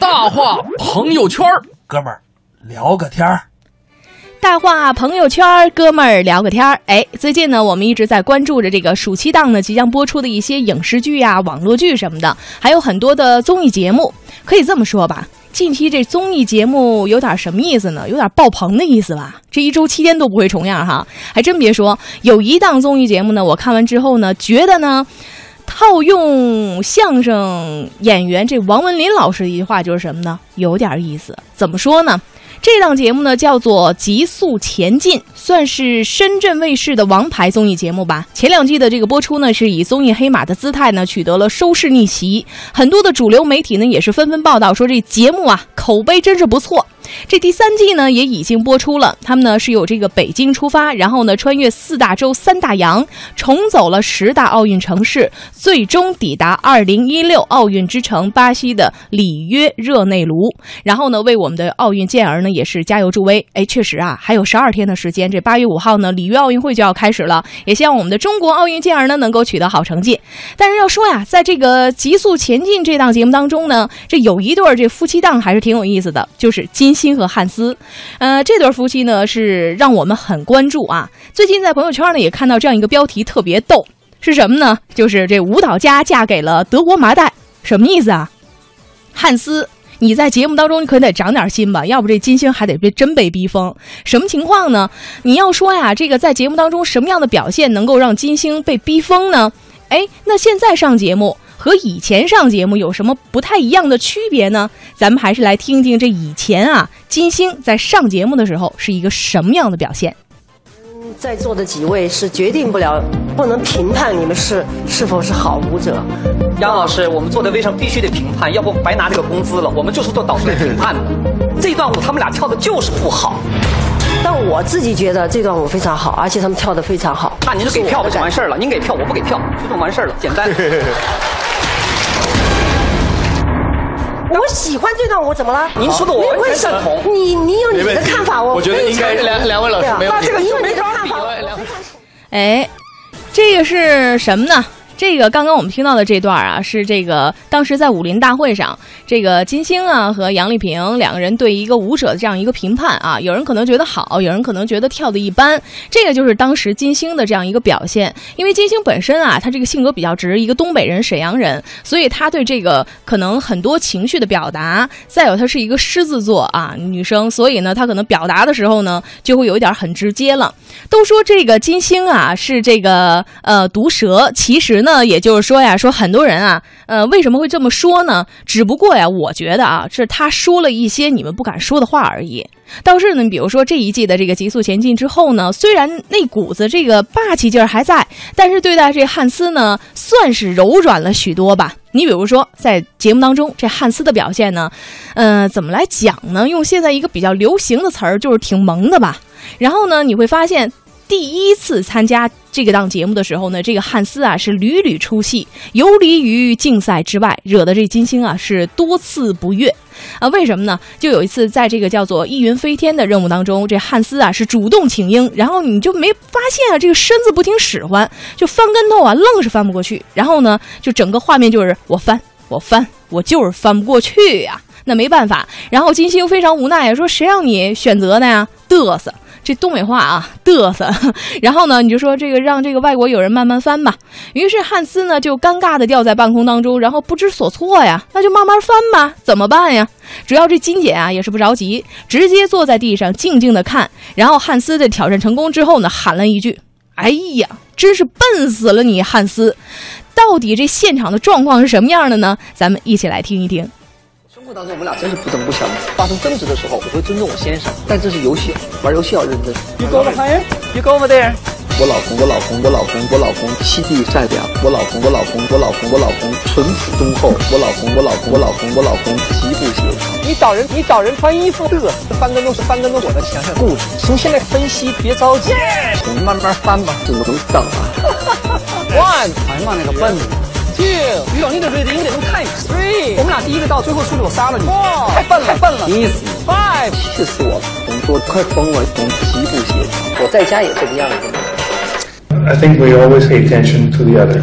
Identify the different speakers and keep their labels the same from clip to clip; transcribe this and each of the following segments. Speaker 1: 大话朋友圈儿
Speaker 2: 哥们儿聊个天儿。
Speaker 3: 大话朋友圈，哥们儿聊个天儿。哎，最近呢，我们一直在关注着这个暑期档呢即将播出的一些影视剧啊、网络剧什么的，还有很多的综艺节目。可以这么说吧，近期这综艺节目有点什么意思呢？有点爆棚的意思吧？这一周七天都不会重样哈，还真别说，有一档综艺节目呢，我看完之后呢，觉得呢。套用相声演员这王文林老师的一句话就是什么呢？有点意思。怎么说呢？这档节目呢叫做《极速前进》，算是深圳卫视的王牌综艺节目吧。前两季的这个播出呢，是以综艺黑马的姿态呢取得了收视逆袭，很多的主流媒体呢也是纷纷报道说这节目啊口碑真是不错。这第三季呢也已经播出了，他们呢是由这个北京出发，然后呢穿越四大洲、三大洋，重走了十大奥运城市，最终抵达二零一六奥运之城巴西的里约热内卢。然后呢，为我们的奥运健儿呢也是加油助威。哎，确实啊，还有十二天的时间，这八月五号呢，里约奥运会就要开始了，也希望我们的中国奥运健儿呢能够取得好成绩。但是要说呀，在这个《极速前进》这档节目当中呢，这有一对儿这夫妻档还是挺有意思的，就是金星和汉斯。呃，这对夫妻呢是让我们很关注啊。最近在朋友圈呢也看到这样一个标题，特别逗，是什么呢？就是这舞蹈家嫁给了德国麻袋，什么意思啊？汉斯，你在节目当中你可得长点心吧，要不这金星还得被真被逼疯。什么情况呢？你要说呀，这个在节目当中什么样的表现能够让金星被逼疯呢？哎，那现在上节目和以前上节目有什么不太一样的区别呢？咱们还是来听听这以前啊，金星在上节目的时候是一个什么样的表现。
Speaker 4: 在座的几位是决定不了，不能评判你们是是否是好舞者。
Speaker 5: 杨老师，我们做的卫生必须得评判，要不白拿这个工资了。我们就是做导师来评判的。这段舞他们俩跳的就是不好，
Speaker 4: 但我自己觉得这段舞非常好，而且他们跳得非常好。
Speaker 5: 那您就给票吧，就完事儿了。您给票，我不给票，就这么完事儿了，简单。
Speaker 4: 我喜欢这段舞，怎么了？
Speaker 5: 您说的我
Speaker 4: 没有
Speaker 5: 完
Speaker 4: 为
Speaker 5: 全
Speaker 4: 什
Speaker 5: 赞
Speaker 4: 么
Speaker 5: 同。
Speaker 4: 你你有你的
Speaker 6: 没问题
Speaker 4: 看法，我
Speaker 6: 我觉得
Speaker 4: 非
Speaker 6: 应该
Speaker 4: 常
Speaker 6: 两两位老师
Speaker 4: 对啊
Speaker 6: 没有
Speaker 4: 那这个
Speaker 6: 问题
Speaker 4: 因为你的看法，
Speaker 6: 两
Speaker 4: 我非常
Speaker 3: 哎，这个是什么呢？这个刚刚我们听到的这段啊，是这个当时在武林大会上，这个金星啊和杨丽萍两个人对一个舞者的这样一个评判啊，有人可能觉得好，有人可能觉得跳的一般，这个就是当时金星的这样一个表现。因为金星本身啊，他这个性格比较直，一个东北人、沈阳人，所以他对这个可能很多情绪的表达，再有他是一个狮子座啊女生，所以呢，她可能表达的时候呢，就会有一点很直接了。都说这个金星啊是这个呃毒蛇，其实呢，也就是说呀，说很多人啊，呃，为什么会这么说呢？只不过呀，我觉得啊，是他说了一些你们不敢说的话而已。倒是呢，比如说这一季的这个《极速前进》之后呢，虽然那股子这个霸气劲儿还在，但是对待这汉斯呢，算是柔软了许多吧。你比如说，在节目当中，这汉斯的表现呢，呃，怎么来讲呢？用现在一个比较流行的词儿，就是挺萌的吧。然后呢，你会发现，第一次参加这个档节目的时候呢，这个汉斯啊是屡屡出戏，游离于竞赛之外，惹得这金星啊是多次不悦。啊，为什么呢？就有一次在这个叫做“一云飞天”的任务当中，这汉斯啊是主动请缨，然后你就没发现啊，这个身子不听使唤，就翻跟头啊，愣是翻不过去。然后呢，就整个画面就是我翻，我翻，我就是翻不过去呀、那没办法，然后金星非常无奈啊说：“谁让你选择的呀？嘚瑟。”这东北话啊，嘚瑟。 然后呢，你就说这个让这个外国友人慢慢翻吧。于是汉斯呢就尴尬的吊在半空当中，然后不知所措呀。那就慢慢翻吧，怎么办呀？主要这金姐啊也是不着急，直接坐在地上静静的看。然后汉斯的挑战成功之后呢，喊了一句：“哎呀，真是笨死了你，汉斯！”到底这现场的状况是什么样的呢？咱们一起来听一听。
Speaker 5: 生活当中我们俩真是不争不相。发生争执的时候，我会尊重我先生，但这是游戏，玩游戏要认真。You go there, you go over there。我老公，我老公，我老公，我老公，心地善良。我老公，我老公，我老公，我老公，淳朴忠厚。我老公，我老公，我老公，我老公，极不协调。你找人，你找人穿衣服，嘚瑟，翻跟头是翻跟头，我的强项固执。从现在分析，别着急，我们慢慢翻吧，只能等啊。One，哎呀妈，那个笨。Two，于老，你得对，你得能看。Three，我们俩第一个到，最后出去我杀了你。Four，太笨了，太笨了。意思。Five，气死我了！工作快疯了，我极不协调。我在家也这个样子。
Speaker 7: I think we always pay attention to the other.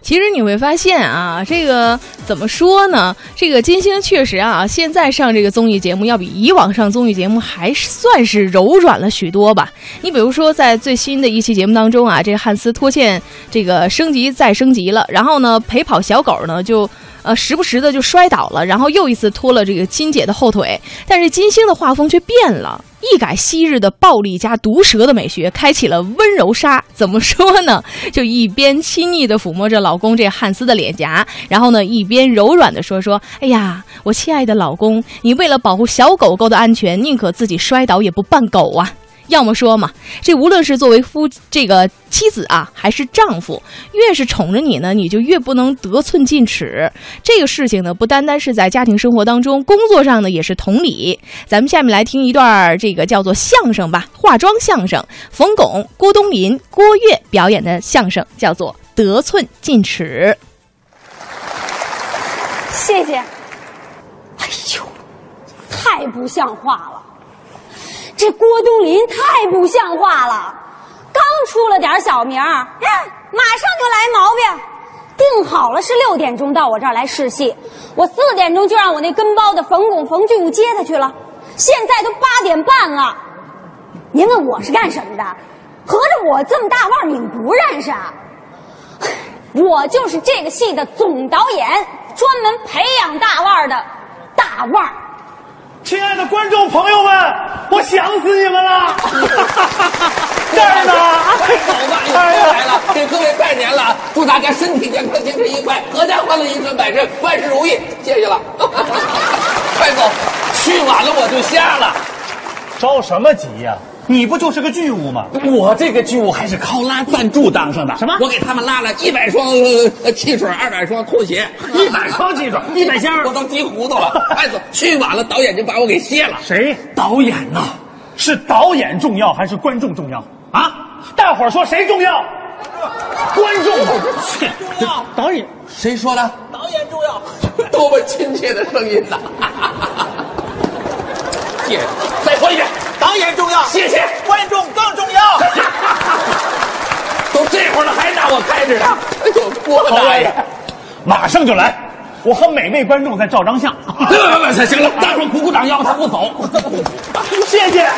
Speaker 3: 其实你会发现啊，这个怎么说呢？这个金星确实啊，现在上这个综艺节目要比以往上综艺节目还是算是柔软了许多吧。你比如说，在最新的一期节目当中啊，这个汉斯拖欠这个升级再升级了，然后呢，陪跑小狗呢就。呃，时不时的就摔倒了，然后又一次拖了这个金姐的后腿。但是金星的画风却变了，一改昔日的暴力加毒舌的美学，开启了温柔杀。怎么说呢？就一边亲昵的抚摸着老公这汉斯的脸颊，然后呢，一边柔软的说说：“哎呀，我亲爱的老公，你为了保护小狗狗的安全，宁可自己摔倒也不扮狗啊。”要么说嘛，这无论是作为夫这个妻子啊，还是丈夫，越是宠着你呢，你就越不能得寸进尺。这个事情呢，不单单是在家庭生活当中，工作上呢也是同理。咱们下面来听一段儿这个叫做相声吧，化妆相声，冯巩、郭冬临、郭跃表演的相声，叫做《得寸进尺》。
Speaker 6: 谢谢。哎呦，太不像话了！这郭冬临太不像话了，刚出了点小名儿，哎马上就来毛病。定好了是六点钟到我这儿来试戏，我四点钟就让我那跟包的冯巩、冯俊武接他去了。现在都八点半了，您问我是干什么的？合着我这么大腕儿你们不认识啊？我就是这个戏的总导演，专门培养大腕儿的大腕儿。
Speaker 7: 亲爱的观众朋友们，我想死你们 了！这儿呢，
Speaker 8: 好吧，有哥来了，给各位拜年了啊，祝大家身体健康，前程愉快，阖家欢乐，一春百岁，万事如意，谢谢了。 快走，去晚了我就瞎了。
Speaker 7: 着什么急呀、你不就是个剧务吗？
Speaker 8: 我这个剧我还是靠拉赞助当上的。什么？我给他们拉了一百双呃汽水，二百双拖 鞋，
Speaker 7: 一百双汽水一百箱
Speaker 8: 我都急糊 涂了。快走，去晚了，导演就把我给歇了。
Speaker 7: 谁？导演呐、是导演重要还是观众重要啊？大伙儿说谁重要？观众吧。切导演，
Speaker 8: 谁说的？导演重要， 多么亲切的声音 呐！谢谢，再说一遍，
Speaker 9: 导演重要，
Speaker 8: 谢谢。
Speaker 9: 观众更重要。
Speaker 8: 都这会儿了，还拿我开着呢！哎呦，郭
Speaker 7: 导
Speaker 8: 大爷
Speaker 7: 演！，马上就来。我和每位观众再照 张相。
Speaker 8: 不不不，行了， 大伙鼓鼓掌，要不他不走。
Speaker 7: 谢谢。
Speaker 8: 哎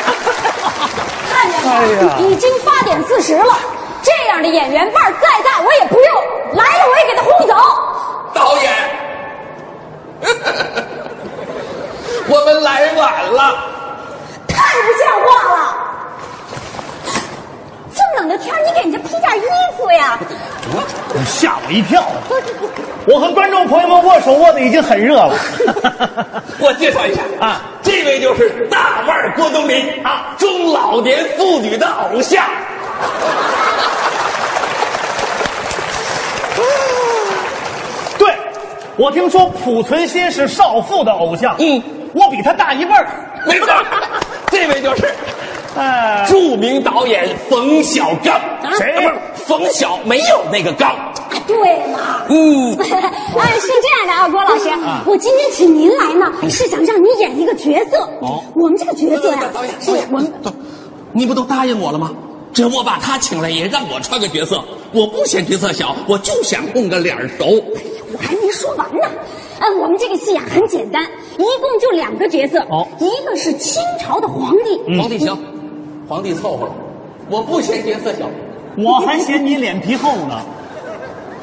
Speaker 6: 看见吗？已经八点四十了，这样的演员腕儿再大我也不用，来了我也给他轰走。
Speaker 8: 导演， 我们来晚了，
Speaker 6: 太不像话了！这么冷的天儿，你给人家披件衣服呀？
Speaker 7: 你吓我一跳！啊我和观众朋友们握手握的已经很热了。
Speaker 8: 我介绍一下
Speaker 7: 啊
Speaker 8: 啊，这位就是大腕儿郭冬临啊，中老年妇女的偶像。
Speaker 7: 对，我听说濮存昕是少妇的偶像，
Speaker 8: 嗯，啊
Speaker 7: 我比他大一辈儿。
Speaker 8: 没错，这位就是
Speaker 7: 哎，
Speaker 8: 著名导演冯小刚。
Speaker 7: 谁
Speaker 8: 啊不是冯小，没有那个刚。
Speaker 6: 啊对了，
Speaker 8: 嗯，
Speaker 6: 哎，是这样的啊，郭老师，我今天请您来
Speaker 8: 嗯
Speaker 6: 呢，是想让你演一个角色。哦，我们这个角色呀
Speaker 8: 导演，，
Speaker 6: 是
Speaker 8: 导演，
Speaker 6: 我们
Speaker 8: 你不都答应我了吗？这我把他请来，也让我穿个角色。我不嫌角色小，我就想混个脸熟。
Speaker 6: 我还没说完呢。嗯，我们这个戏啊很简单，一共就两个角色，
Speaker 7: 哦
Speaker 6: 一个是清朝的皇帝，
Speaker 8: 嗯皇帝行，皇帝凑合了。我不嫌角色小，
Speaker 7: 我还嫌你脸皮厚呢。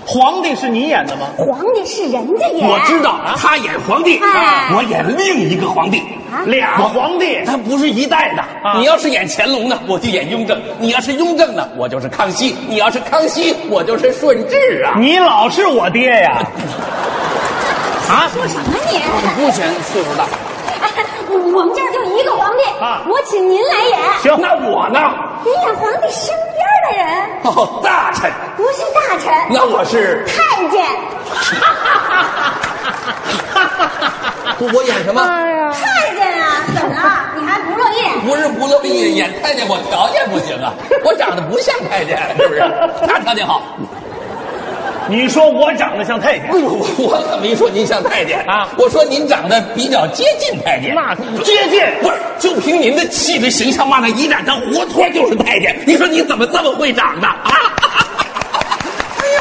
Speaker 7: 皇帝是你演的吗？
Speaker 6: 皇帝是人家演，
Speaker 8: 我知道啊他演皇帝，啊
Speaker 6: 哎
Speaker 8: 我演另一个皇帝。
Speaker 7: 俩皇帝，
Speaker 8: 他不是一代的。
Speaker 7: 啊
Speaker 8: 你要是演乾隆的，我就演雍正；你要是雍正的，我就是康熙；你要是康熙，我就是顺治啊。
Speaker 7: 你老是我爹呀！啊，
Speaker 6: 说什么你？
Speaker 8: 不嫌岁数大，
Speaker 6: 哎 我们这儿就一个皇帝，
Speaker 7: 啊
Speaker 6: 我请您来演，
Speaker 7: 行，
Speaker 8: 那我呢？
Speaker 6: 您演皇帝身边的人，
Speaker 8: 哦，大臣，
Speaker 6: 不是大臣，
Speaker 8: 那我是
Speaker 6: 太监，
Speaker 8: 我我演什么？
Speaker 6: 太监啊，怎么了？你还不乐意？
Speaker 8: 不是不乐意演太监，我条件不行 啊，我长得不像太监，是不是？他条件好，
Speaker 7: 你说我长得像太监，
Speaker 8: 哎呦，我我可没说您像太监
Speaker 7: 啊
Speaker 8: 我说您长得比较接近太监。
Speaker 7: 那接近
Speaker 8: 不是，就凭您的气质形象往那一站，他活脱就是太监。你说你怎么这么会长呢？啊！哎呀，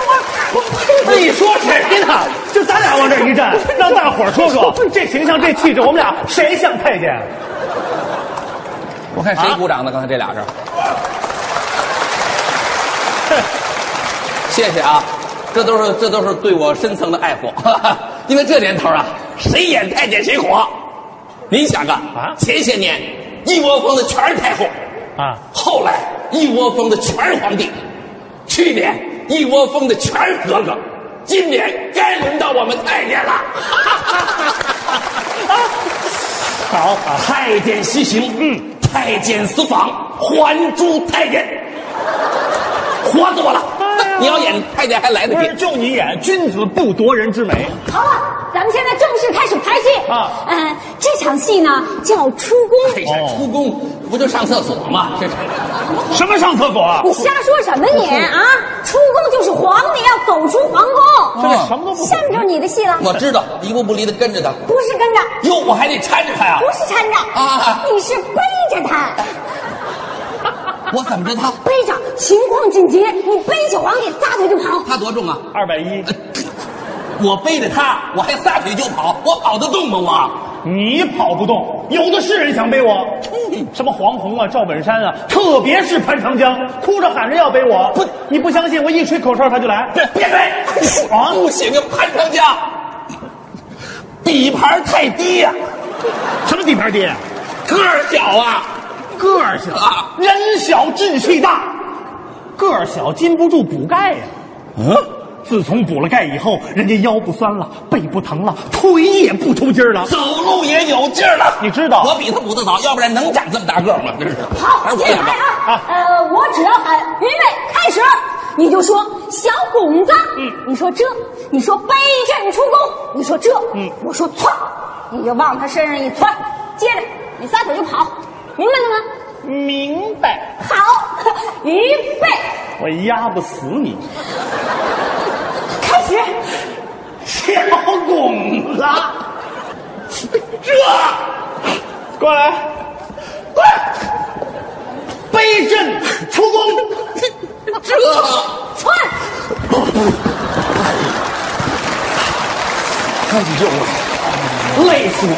Speaker 8: 我我哎
Speaker 7: 你说谁呢？就咱俩往这一站，让大伙儿说说这形象、这气质，我们俩谁像啊太监？
Speaker 8: 我看
Speaker 7: 啊
Speaker 8: 谁鼓掌呢？刚才这俩人，谢谢啊，这都是这都是对我深层的爱护，因为这年头啊，谁演太监谁火。您想啊，
Speaker 7: 啊
Speaker 8: 前些年一窝蜂的全是太后，
Speaker 7: 啊，
Speaker 8: 后来一窝蜂的全是皇帝，去年一窝蜂的全是格格，今年该轮到我们太监了。
Speaker 7: 好啊，
Speaker 8: 太监西行，嗯，太监私访，还珠太监，活死我了！你要演太监还来得
Speaker 7: 不是
Speaker 8: 及。
Speaker 7: 就你演君子不夺人之美，
Speaker 6: 好了，咱们现在正式开始拍戏
Speaker 7: 啊
Speaker 6: 嗯、这场戏呢叫出
Speaker 8: 哎
Speaker 6: 宫。
Speaker 8: 呀，出宫不就上厕所吗？这是
Speaker 7: 什么上厕所啊？
Speaker 6: 你瞎说什么你啊？出宫就是皇帝，要走出皇宫。哦
Speaker 7: 这什么都不
Speaker 6: 下面就是你的戏了，
Speaker 8: 我知道，一步不离的跟着他。
Speaker 6: 不是跟着，
Speaker 8: 哟，我还得搀着他呀
Speaker 6: 不！是搀着
Speaker 8: 啊
Speaker 6: 你是背着他，
Speaker 8: 我怎么着他？
Speaker 6: 背着情况紧急，你背起皇帝撒腿就跑。
Speaker 8: 他多重啊？
Speaker 7: 二百一，
Speaker 8: 我背着他，我还撒腿就跑，我跑得动吗？我
Speaker 7: 你跑不动，有的是人想背我，什么黄宏啊、赵本山啊，特别是潘长江，哭着喊着要背我。
Speaker 8: 不，
Speaker 7: 你不相信，我一吹口哨他就来。
Speaker 8: 别背！
Speaker 7: 啊
Speaker 8: 不行啊，潘长江，底盘太低呀、
Speaker 7: 什么底盘低？
Speaker 8: 个儿小啊。
Speaker 7: 个儿小
Speaker 8: 啊
Speaker 7: 人小志气大，个儿小禁不住补钙呀、嗯，自从补了钙以后，人家腰不酸了，背不疼了，腿也不抽筋儿了。
Speaker 8: 走路也有劲儿了。
Speaker 7: 你知道
Speaker 8: 我比他补得早，要不然能长这么大个儿吗？真是。还
Speaker 6: 好，
Speaker 8: 是
Speaker 6: 接
Speaker 8: 我
Speaker 6: 下
Speaker 8: 两
Speaker 6: 来
Speaker 8: 个。
Speaker 6: 啊，呃，我只要喊预备开始，你就说小拱子，你说这，你说背朕出宫，你说这，我说窜，你就往他身上一窜，接着你撒腿就跑，明白了吗？
Speaker 7: 明白，
Speaker 6: 好， 预备
Speaker 7: 我压不死你，
Speaker 6: 开始，
Speaker 7: 小拱子，这过来，过来，背朕出宫。
Speaker 8: 这
Speaker 6: 窜，
Speaker 7: 累死我！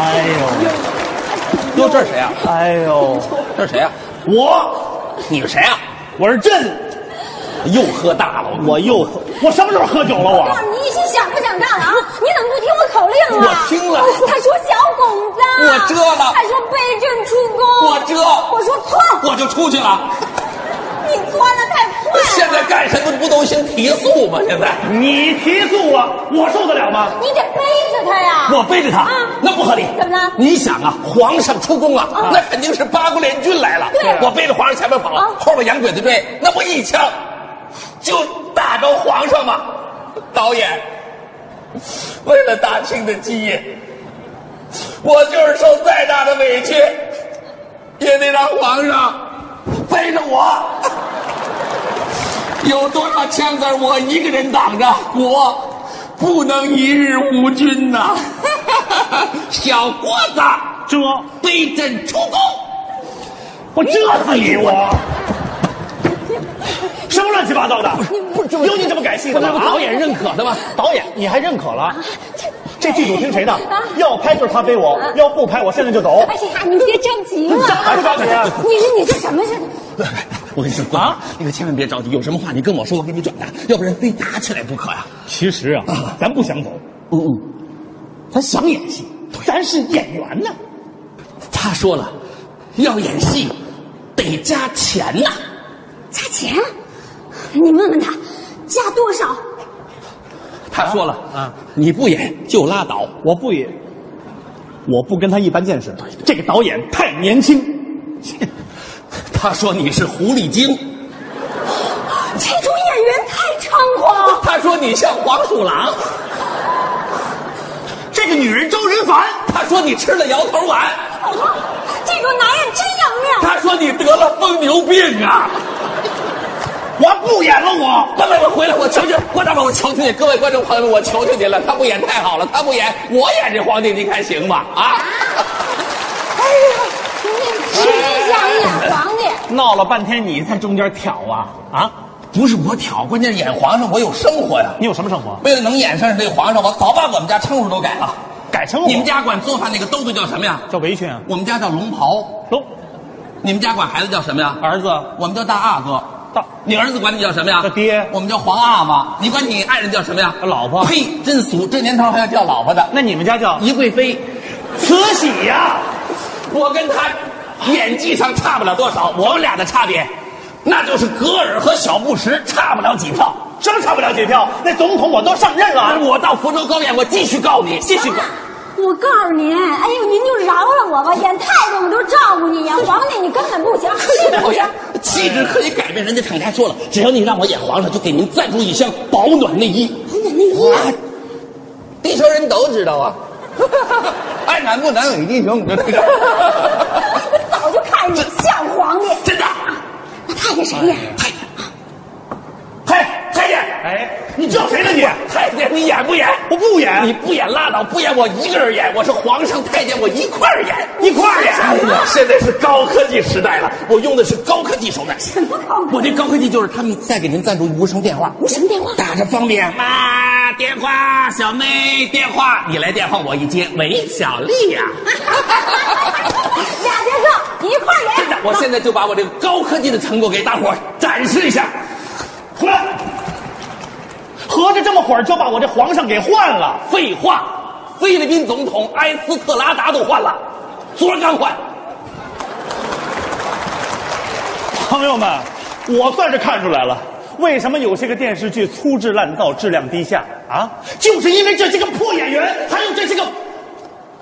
Speaker 7: 哎
Speaker 8: 哟，这是谁啊？
Speaker 7: 呦，哎呦，
Speaker 8: 这是谁啊？
Speaker 7: 我
Speaker 8: 你是谁啊？
Speaker 7: 我是朕。
Speaker 8: 又喝大了，
Speaker 7: 我又喝，我什么时候喝酒
Speaker 6: 告
Speaker 7: 了？我
Speaker 6: 诉你一心想不想 干了啊？你怎么不听我口令啊？
Speaker 8: 我听了
Speaker 6: 他说小拱子，
Speaker 8: 我遮了
Speaker 6: 他说背朕出宫，
Speaker 8: 我遮
Speaker 6: 我说窜，
Speaker 8: 我就出去了。
Speaker 6: 你窜的太快了。
Speaker 8: 现在干什么不都兴提速吗？现在
Speaker 7: 你提诉我，我受得了吗？
Speaker 6: 你得背着他呀！
Speaker 8: 我背着他
Speaker 6: 啊，
Speaker 8: 那不合理。
Speaker 6: 怎么了啊
Speaker 8: 你想啊，皇上出宫了，那肯定是八国联军来了。
Speaker 6: 对啊
Speaker 8: 我背着皇上前面跑
Speaker 6: 啊，
Speaker 8: 后边洋鬼子追，那不一枪就打着皇上吗？导演，为了大清的基业，我就是受再大的委屈，也得让皇上背着我。 有多少枪子儿我一个人挡着，我不能一日无君呐、 小郭子，
Speaker 7: 遮，
Speaker 8: 背朕出宫，
Speaker 7: 我遮死你！我什么乱七八糟的？有你这么改戏的吗？啊
Speaker 8: 认可的吗？
Speaker 7: 导演，你还认可了？啊这啊剧组听谁的？要拍就是他背我，要不拍我现在就走
Speaker 6: 哎。呀，你别着急嘛！
Speaker 7: 着什么着急啊
Speaker 6: 你说你这什么事？
Speaker 8: 我跟你说啊，你可千万别着急，有什么话你跟我说，我给你转达，要不然非打起来不可呀、
Speaker 7: 其实啊，咱不想走，
Speaker 8: 嗯嗯，
Speaker 7: 咱想演戏，咱是演员呢。
Speaker 8: 他说了，要演戏得加钱呐、
Speaker 6: 加钱？你问问他，加多少？
Speaker 8: 他说了啊，你不演就拉倒。
Speaker 7: 我不也，我不跟他一般见识。这个导演太年轻，
Speaker 8: 他说你是狐狸精，
Speaker 6: 这种演员太猖狂了！
Speaker 8: 他说你像黄鼠狼。
Speaker 7: 这个女人招人烦。
Speaker 8: 他说你吃了摇头丸，
Speaker 6: 这种男人真要命！
Speaker 8: 他说你得了疯牛病啊！
Speaker 7: 我不演了，我
Speaker 8: 各位，我回来，我求求郭大宝，我求求你，各位观众朋友们，我求求您了，他不演太好了，他不演，我演这皇帝，您看行吗？啊！
Speaker 6: 哎呀，你只是想演皇帝，
Speaker 7: 闹了半天你在中间挑啊啊！
Speaker 8: 不是我挑，关键是演皇上我有生活呀。
Speaker 7: 你有什么生活？
Speaker 8: 为了能演上这皇上，我早把我们家称呼都改了。
Speaker 7: 改称呼
Speaker 8: 你们家管做饭那个兜兜叫什么呀？
Speaker 7: 叫围裙啊？
Speaker 8: 我们家叫龙袍。
Speaker 7: 龙
Speaker 8: 你们家管孩子叫什么呀？
Speaker 7: 儿子
Speaker 8: 我们叫大阿哥。
Speaker 7: 大
Speaker 8: 你儿子管你叫什么呀？
Speaker 7: 叫爹
Speaker 8: 我们叫皇阿玛。你管你爱人叫什么呀？
Speaker 7: 老婆
Speaker 8: 呸，真俗！这年头还要叫老婆的。
Speaker 7: 那你们家叫
Speaker 8: 一贵妃，
Speaker 7: 慈禧呀？
Speaker 8: 我跟她演技上差不了多少，我们俩的差别，那就是格尔和小布什差不了几票。
Speaker 7: 什么差不了几票？那总统我都上任
Speaker 8: 但
Speaker 7: 了，
Speaker 8: 是我到福州高院，我继续告你，继续告。
Speaker 6: 我告诉您，哎呦，您就饶了我吧！演太监我都照顾你，演皇帝你根本不行，是不
Speaker 8: 导
Speaker 6: 行
Speaker 8: 演。，气质可以改变。人家厂家说了，只要你让我演皇上，就给您赞助一箱保暖内衣。保暖内衣、
Speaker 7: 啊
Speaker 8: 地球人都知道啊。 爱南不南，伪地球，你知道这个？
Speaker 6: 我早就看着你像皇帝。
Speaker 8: 真的？哎
Speaker 6: 那太监谁演？
Speaker 8: 太太太监，
Speaker 7: 哎
Speaker 8: 你叫谁呢你？太监，你演不演？
Speaker 7: 我不演
Speaker 8: 你不演拉倒，不演我一个人演，我是皇上太监，我一块儿演，
Speaker 7: 一块儿演
Speaker 8: 哎呀，现在是高科技时代了，我用的是高科技手段。什么
Speaker 6: 高科技
Speaker 8: 我这高科技就是他们再给您赞助无声电话，
Speaker 6: 无声电话
Speaker 8: 打着方便。妈，电话，小妹，电话，你来电话我一接，喂，小丽呀、
Speaker 6: 俩别克，你一块儿演。
Speaker 8: 真的，我现在就把我这个高科技的成果给大伙儿展示一下。
Speaker 7: 回来。合着这么会儿就把我这皇上给换了，
Speaker 8: 废话，菲律宾总统埃斯特拉达都换了，昨儿刚换。
Speaker 7: 朋友们，我算是看出来了，为什么有些个电视剧粗制滥造、质量低下啊？就是因为这些个破演员，还有这些个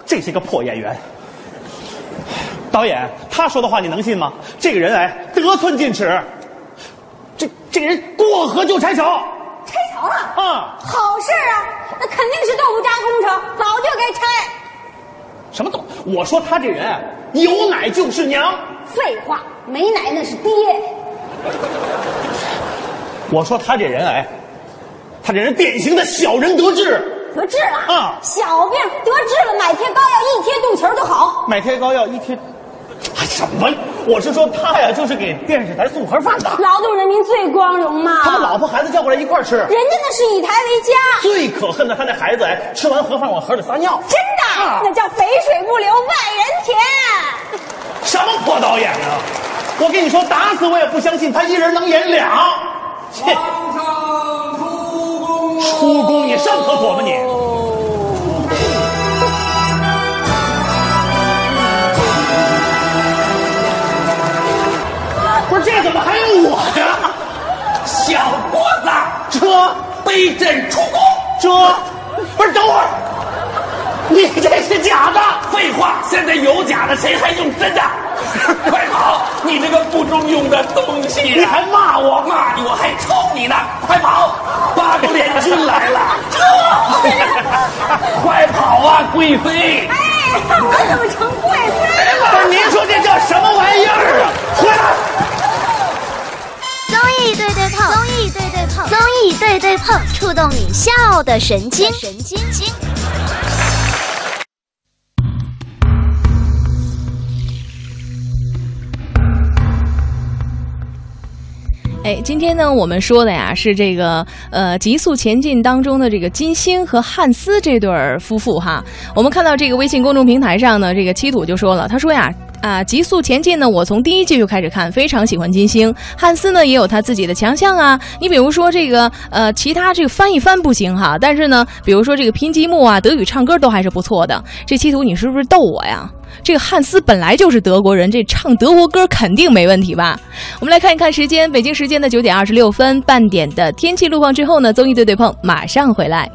Speaker 7: 这些个破演员。导演他说的话你能信吗？这个人哎，得寸进尺，这这个人过河就拆桥。
Speaker 6: 拆桥了
Speaker 7: 啊
Speaker 6: 好事儿啊，那肯定是豆腐渣工程，早就该拆。
Speaker 7: 什么懂？我说他这人哎有奶就是娘。
Speaker 6: 废话，没奶那是爹。
Speaker 7: 我说他这人哎，他这人典型的小人得志，
Speaker 6: 得治了
Speaker 7: 啊
Speaker 6: 小病得治了，买贴膏药一贴肚脐儿就好。
Speaker 7: 买贴膏药一贴，哎什么？我是说他呀，就是给电视台送盒饭的，
Speaker 6: 劳动人民最光荣嘛，
Speaker 7: 他把老婆孩子叫过来一块儿吃。
Speaker 6: 人家那是以台为家，
Speaker 7: 最可恨的他那孩子哎，吃完盒饭往盒里撒尿，
Speaker 6: 真的，
Speaker 7: 啊
Speaker 6: 那叫肥水不流外人田。
Speaker 7: 什么破导演啊！我跟你说，打死我也不相信他一人能演俩。切，出宫你上厕所吧你。不是这怎么还有我呀？
Speaker 8: 小郭子，
Speaker 7: 这
Speaker 8: 背朕出宫。
Speaker 7: 这，不是等会儿，你这是假的。
Speaker 8: 废话，现在有假的，谁还用 真的？快跑！你这个不中用的东西、
Speaker 7: 你还骂我
Speaker 8: 骂你，我还抽你呢！快跑！八国联军来了！这， 快跑啊，贵妃！
Speaker 6: 哎，我怎么成贵妃了？
Speaker 7: 不是您哎说这叫什么玩意儿 啊？回来。
Speaker 10: 综艺对对碰，综艺对对碰，综艺对对碰，触动你笑的神经，神经经。
Speaker 3: 哎，今天呢，我们说的呀是这个呃《极速前进》当中的这个金星和汉斯这对儿夫妇哈。我们看到这个微信公众平台上呢，这个七土就说了，他说呀。啊，《极速前进》呢，我从第一季就开始看，非常喜欢金星。汉斯呢，也有他自己的强项啊。你比如说这个，呃，其他这个翻译翻不行哈，但是呢，比如说这个拼积木啊、德语唱歌都还是不错的。这七图，你是不是逗我呀？这个汉斯本来就是德国人，这唱德国歌肯定没问题吧？我们来看一看时间，北京时间的九点二十六分，半点的天气路况之后呢，综艺对对碰马上回来。